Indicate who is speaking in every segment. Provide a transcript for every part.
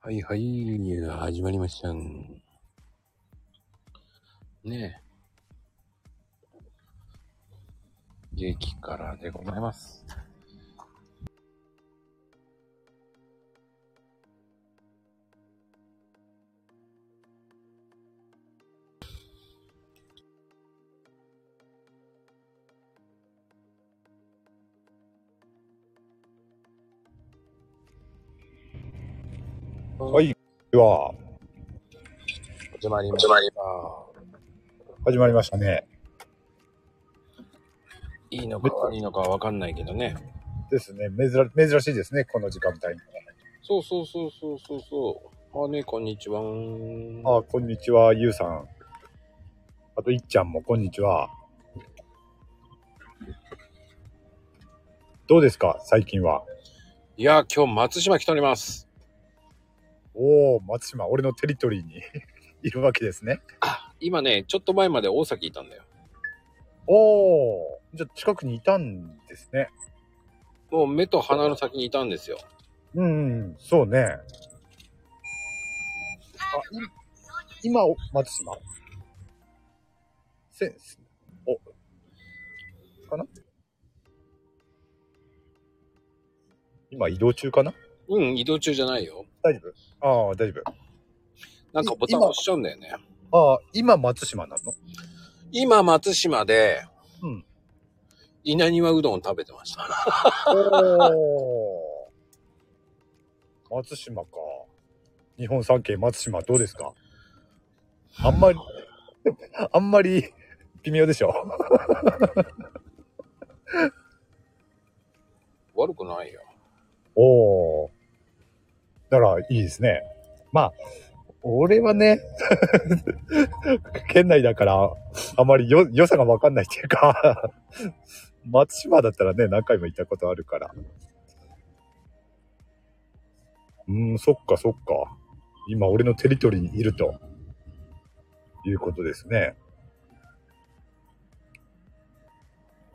Speaker 1: はいはい、始まりましたん。ねえ。激辛でございます。
Speaker 2: はいでは、
Speaker 1: 始まりました。
Speaker 2: 始まりましたね。
Speaker 1: いいのか悪いのかわかんないけどね。
Speaker 2: ですね。珍珍しいですね、この時間帯に。
Speaker 1: そうそうそうそうそうそう。あね、こんにちは。
Speaker 2: あ、こんにちは、ゆうさん。あと、いっちゃんも、こんにちは。どうですか、最近は。
Speaker 1: いや、今日松島来ております。
Speaker 2: おー、松島、俺のテリトリーに いるわけですね。
Speaker 1: あ、今ね、ちょっと前まで大崎いたんだよ。
Speaker 2: おー、じゃあ近くにいたんですね。
Speaker 1: もう目と鼻の先にいたんですよ。
Speaker 2: うん、うん、そうね。あ、い今、お松島。センス。お、かな今、移動中かな
Speaker 1: うん、移動中じゃないよ。
Speaker 2: 大丈夫ああ、大丈
Speaker 1: なんかボタン押しちゃうんだよね。
Speaker 2: 夫。ああ、今、松島なの
Speaker 1: 今、松島で、
Speaker 2: うん
Speaker 1: 稲庭うどんを食べてました。
Speaker 2: おー。松島か。日本三景松島どうですかあんまり、あんまり微妙でしょ
Speaker 1: 悪くないよ。
Speaker 2: おお。だから、いいですね。まあ、俺はね、 県内だから、あまりよ、良さがわかんないっていうか、 松島だったらね、何回も行ったことあるから。うーん、そっかそっか。今、俺のテリトリーにいると、いうことですね。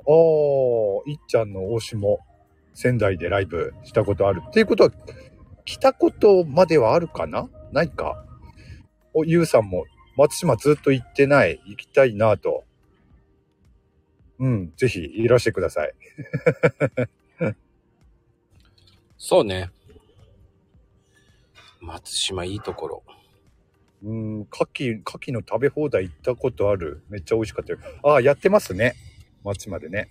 Speaker 2: ああ、いっちゃんの推しも、仙台でライブしたことある。っていうことは、来たことまではあるかなないか。お、ゆうさんも、松島ずっと行ってない。行きたいなと。うん、ぜひ、いらしてください。
Speaker 1: そうね。松島いいところ。
Speaker 2: うん、牡蠣、牡蠣の食べ放題行ったことある。めっちゃ美味しかったよ。ああ、やってますね。松島でね。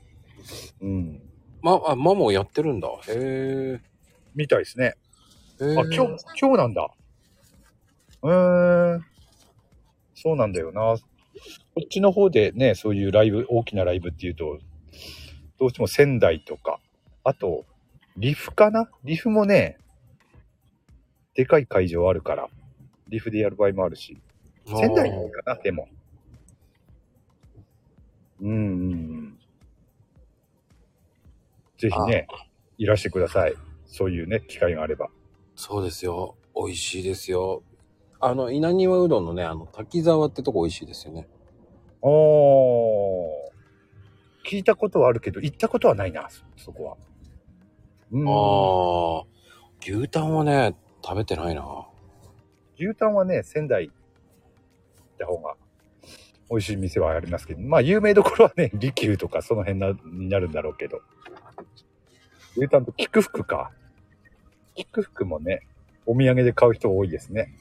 Speaker 2: うん。
Speaker 1: ま、あ、マモやってるんだ。へ
Speaker 2: みたいですね。
Speaker 1: え。へ
Speaker 2: あ、
Speaker 1: ー
Speaker 2: 今日、今日なんだ。うーん。そうなんだよな。こっちの方でね、そういうライブ、大きなライブっていうと、どうしても仙台とか、あと、リフかなリフもね、でかい会場あるから、リフでやる場合もあるし、仙台の方かな、でも。うんうんうん。ぜひね、いらしてください。そういうね、機会があれば。
Speaker 1: そうですよ。美味しいですよ。あの、稲庭うどんのね、あの、滝沢ってとこ美味しいですよね。
Speaker 2: おー。聞いたことはあるけど、行ったことはないな、そそこは。う
Speaker 1: あ
Speaker 2: ん。
Speaker 1: あ、牛タンはね、食べてないな。
Speaker 2: 牛タンはね、仙台行った方が美味しい店はありますけど、まあ有名どころはね、 利休とかその辺なになるんだろうけど。牛タンと菊福か。菊福もね、お土産で買う人多いですね。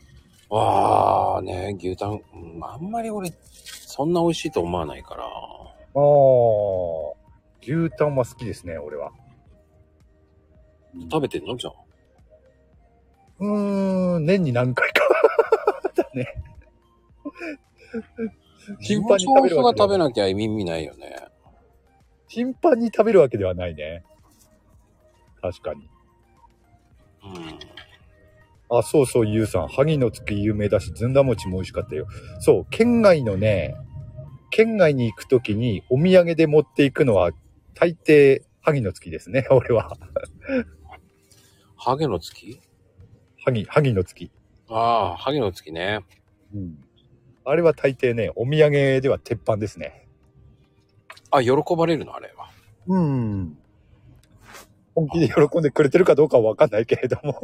Speaker 1: ああ、ね、牛タン、うんあんまり俺、そんな美味しいと思わないから。
Speaker 2: ああ、牛タンは好きですね、俺は。
Speaker 1: 食べてんのじゃん。
Speaker 2: うーん、年に何回か。 だね。頻繁に食べる
Speaker 1: が
Speaker 2: わけで
Speaker 1: 食
Speaker 2: は
Speaker 1: べ
Speaker 2: ない。
Speaker 1: なきゃ意味ないよね。
Speaker 2: 頻繁に食べるわけではないね。確かに。
Speaker 1: うん。
Speaker 2: あ、そうそう、ゆうさん。萩の月有名だし、ずんだ餅も美味しかったよ。そう、県外のね、県外に行くときにお土産で持っていくのは、大抵、萩の月ですね、 俺は。
Speaker 1: ハゲの月
Speaker 2: 萩、萩の月。
Speaker 1: ああ、ハゲの月ね。
Speaker 2: うん。あれは大抵ね、お土産では鉄板ですね。
Speaker 1: あ、喜ばれるのあれは。
Speaker 2: うん。 本気で喜んでくれてるかどうかはわかんないけれども。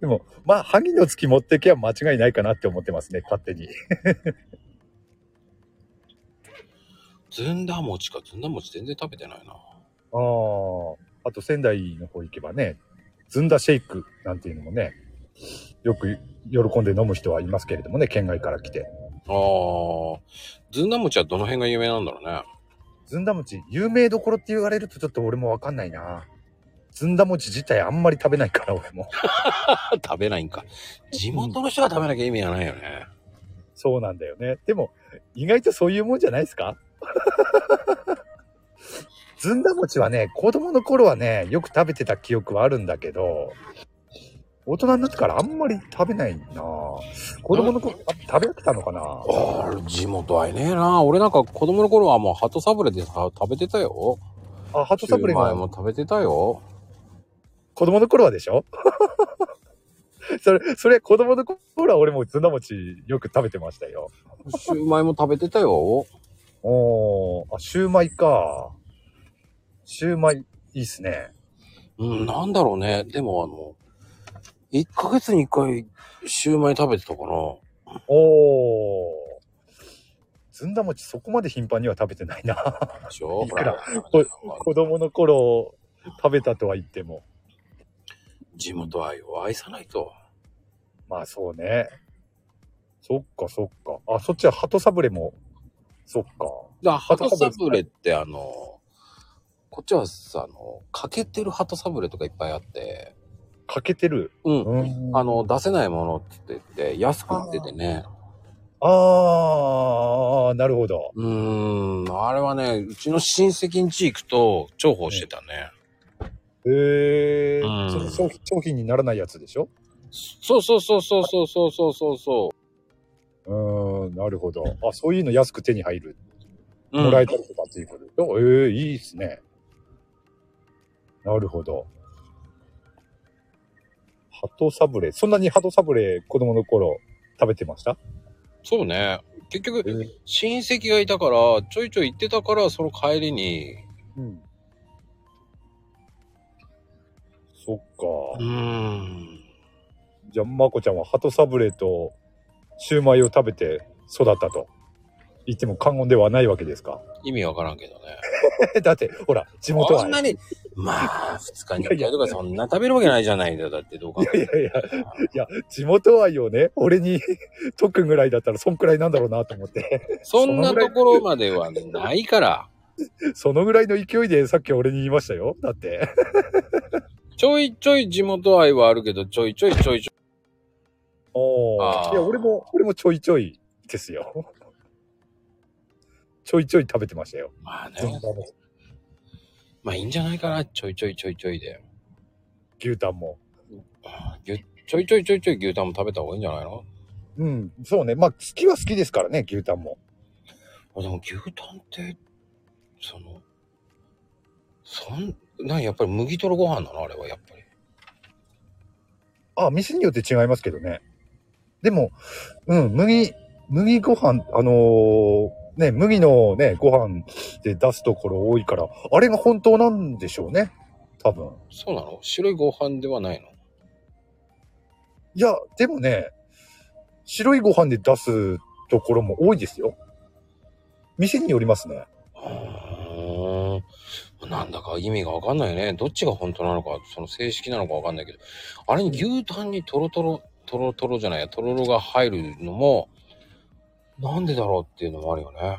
Speaker 2: でも、まあ、萩の月持ってけば間違いないかなって思ってますね、勝手に。
Speaker 1: ずんだ餅か、ずんだ餅全然食べてないな。
Speaker 2: ああ、あと仙台の方行けばね、ずんだシェイクなんていうのもね、よく喜んで飲む人はいますけれどもね、県外から来て。
Speaker 1: あー、ずんだ餅はどの辺が有名なんだろうね。
Speaker 2: ずんだ餅、有名どころって言われるとちょっと俺もわかんないな。ずんだ餅自体あんまり食べないから俺も。
Speaker 1: あ 食べないんか。地元の人が食べなきゃ意味がないよね。
Speaker 2: そうなんだよね。でも、意外とそういうもんじゃないですか ずんだ餅はね、子供の頃はね、よく食べてた記憶はあるんだけど、大人になってからあんまり食べないな子供の頃、あ食べ飽きたのかな
Speaker 1: あー、地元愛ねえな。俺なんか子供の頃はもう鳩サブレーでさ、食べてたよ。
Speaker 2: あ、ハトサプリ
Speaker 1: シューマイも
Speaker 2: も
Speaker 1: 食べてたよ。
Speaker 2: 子供の頃はでしょ それ、それ子供の頃は俺もずんだ餅よく食べてましたよ。
Speaker 1: シューマイも食べてたよ。
Speaker 2: おー、あ、シューマイか。シューマイ、いいっすね。
Speaker 1: うん、なんだろうね。でもあの、1ヶ月に1回シューマイ食べてたかな。
Speaker 2: おー。ずんだ餅そこまで頻繁には食べてないな。
Speaker 1: でしょ
Speaker 2: いくら
Speaker 1: ほら
Speaker 2: 子供の頃食べたとは言っても。
Speaker 1: 地元愛を愛さないと。
Speaker 2: まあそうね。そっかそっか。あ、そっちは鳩サブレも。そっか。
Speaker 1: だハ
Speaker 2: 鳩
Speaker 1: ト
Speaker 2: サ
Speaker 1: サ
Speaker 2: ブ
Speaker 1: ブ
Speaker 2: レ
Speaker 1: レってあの、こっちはさ、あの、欠けてるハトサブレとかいっぱいあって、
Speaker 2: 欠けてる。
Speaker 1: うん。
Speaker 2: うん。
Speaker 1: あの、出せないものって言って、安く売っててね。
Speaker 2: あー、なるほど。
Speaker 1: うーん、あれはね、うちの親戚ん家行くと重宝してたね。
Speaker 2: へえ
Speaker 1: う。ん
Speaker 2: その商品商品にならないやつでしょ
Speaker 1: そうそうそうそうそうそうそうそうそう
Speaker 2: ーん、なるほど。あ、そういうの安く手に入る。
Speaker 1: う。
Speaker 2: もらえ
Speaker 1: た。
Speaker 2: たりとかっていうことでしょ、ええいいですね。なるほど。鳩サブレー。そんなに鳩サブレー子供の頃食べてました
Speaker 1: そうね。結局、
Speaker 2: え
Speaker 1: 親戚がいたから、ちょいちょい行ってたから、その帰りに、
Speaker 2: うん。そっ
Speaker 1: う
Speaker 2: か。
Speaker 1: ーん。
Speaker 2: じゃあ、まこちゃんは鳩サブレーとシューマイを食べて育ったと言っても過言ではないわけですか
Speaker 1: 意味わからんけどね。
Speaker 2: だって、ほら、地元は。
Speaker 1: そんなに、まあ、二日に一回とかそんな食べるわけないじゃないんだよ。だってどうか。
Speaker 2: いやいやいや、いや、地元愛をね、俺に 解くぐらいだったら、そんくらいなんだろうなと思って、
Speaker 1: そんなところまではないから、
Speaker 2: そのぐらいの勢いでさっき俺に言いましたよ。だって。
Speaker 1: ちょいちょい地元愛はあるけど、ちょいちょいちょいちょい。
Speaker 2: お
Speaker 1: あ
Speaker 2: ー
Speaker 1: ー
Speaker 2: いや、俺も、俺もちょいちょいですよ。ちょいちょい食べてましたよ。
Speaker 1: まあね、まあいいんじゃないかな。ちょいちょいちょいちょいで。
Speaker 2: 牛タンも。
Speaker 1: 牛ちょいちょいちょいちょい牛タンも食べた方がいいんじゃないの
Speaker 2: うん、そうね。まあ、好きは好きですからね、牛タンも。
Speaker 1: あでも牛タンって、その、そん、なやっぱり麦とろご飯なのあれはやっぱり。
Speaker 2: あ、店によって違いますけどね。でも、うん、麦、麦ご飯、あのーね、麦のね、ご飯で出すところ多いから、あれが本当なんでしょうね。多分。
Speaker 1: そうなの白いご飯ではないの
Speaker 2: いや、でもね、白いご飯で出すところも多いですよ。店によりますね。
Speaker 1: うーんなんだか意味がわかんないね。どっちが本当なのか、その正式なのかわかんないけど、あれに牛タンにトロトロ、トロトロじゃないや、トロロが入るのも、なんでだろうっていうのもあるよね。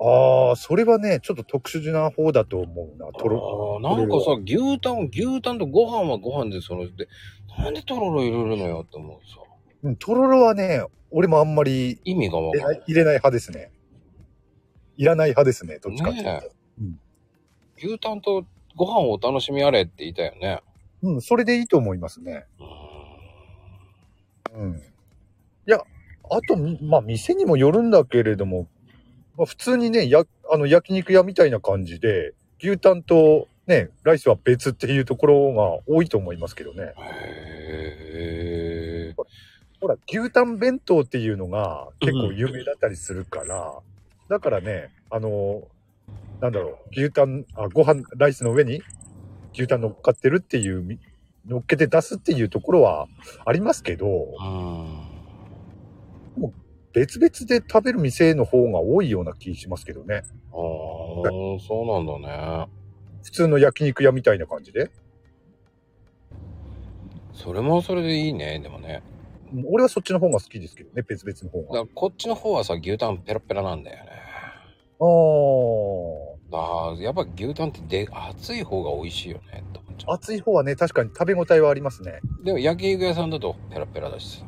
Speaker 2: ああ、それはね、ちょっと特殊な方だと思うな。とろ、
Speaker 1: あーなんかさ、牛タン、牛タンとご飯はご飯で、その、で、なんでトロロ入れるのよって思うさ。
Speaker 2: うんとろろはね、俺もあんまり
Speaker 1: 意味がわか
Speaker 2: 入れ
Speaker 1: ん
Speaker 2: な
Speaker 1: ないい。
Speaker 2: 入れない派ですね。いらない派ですね、どっちかっていうと。
Speaker 1: ねえ牛タンとご飯をお楽しみあれって言いたよね。
Speaker 2: うん、それでいいと思いますね。
Speaker 1: うーん
Speaker 2: うん。いや、あと、みまあ、店にもよるんだけれども、まあ、普通にね、や、あの、焼肉屋みたいな感じで、牛タンとね、ライスは別っていうところが多いと思いますけどね。
Speaker 1: へえ。
Speaker 2: ほら、牛タン弁当っていうのが結構有名だったりするから、だからね、あの、なんだろう、牛タン、あ、ご飯、ライスの上に牛タン乗っかってるっていうみ乗っけて出すっていうところはありますけど、
Speaker 1: うん。
Speaker 2: 別々で食べる店の方が多いような気しますけどね。
Speaker 1: ああ、そうなんだね。
Speaker 2: 普通の焼肉屋みたいな感じで。
Speaker 1: それもそれでいいね、でもね。
Speaker 2: 俺はそっちの方が好きですけどね、別々の方
Speaker 1: だか
Speaker 2: が。あ
Speaker 1: らこっちの方はさ、牛タンペラペラなんだよね。
Speaker 2: あ
Speaker 1: ああ、やっぱ牛タンってで熱い方が美味しいよね、と思っちゃ
Speaker 2: ー。熱い方はね、確かに食べ応えはありますね。
Speaker 1: う。でも焼肉屋さんだとペラペラだしさ。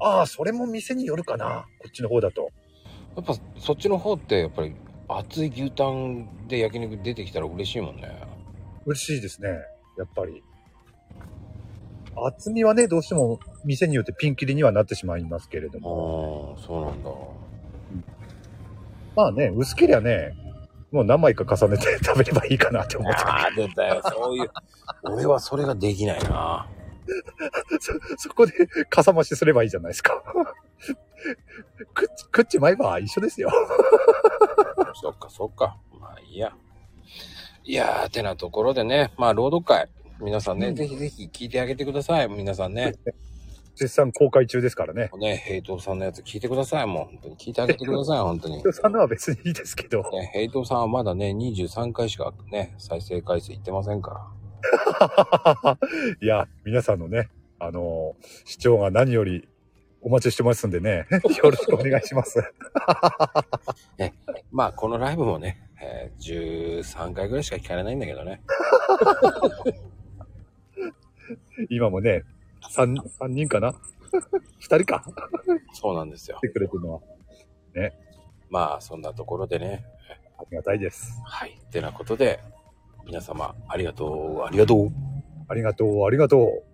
Speaker 2: ああ、それも店によるかな。こっちの方だと。
Speaker 1: やっぱそっちの方ってやっぱり熱い牛タンで焼肉出てきたら嬉しいもんね。
Speaker 2: 嬉しいですね。やっぱり。厚みはね、どうしても店によってピンキリにはなってしまいますけれど
Speaker 1: ああ
Speaker 2: も。、
Speaker 1: そうなんだ。
Speaker 2: まあね、薄けりゃね、もう何枚か重ねて食べればいいかなって思って。
Speaker 1: ああ、出たよ。そういう。 俺はそれができないな。
Speaker 2: そこでかさ増しすればいいじゃないですか。 くっち、くっちまいば一緒ですよ。
Speaker 1: そっかそっか。まあいいや。いやー、てなところでね、まあ朗読会。皆さんね、
Speaker 2: うん
Speaker 1: ぜひぜひ聞いてあげてください。皆さんね。
Speaker 2: 絶賛公開中ですからね。
Speaker 1: ね、ヘイトさんのやつ聞いてください。もう本当に聞いてあげてく ださい。本当に。
Speaker 2: 人さんのは別にいいですけど。
Speaker 1: ね、ヘイトさんはまだね、23回しかね、再生回数いってませんから。
Speaker 2: いや、皆さんのね、あのー視聴が何よりお待ちしてますんでね、 よろしくお願いします。
Speaker 1: まあ、このライブもね、えー13回ぐらいしか聞かれないんだけどね。
Speaker 2: 今もね、3、三人かな ?2 人か
Speaker 1: そうなんですよ
Speaker 2: 来。てくれてるのは
Speaker 1: まあ、そんなところでね。
Speaker 2: ありがたいです。
Speaker 1: はい。てなことで、皆様、ありがとう、ありがとう。
Speaker 2: ありがとう、ありがとう。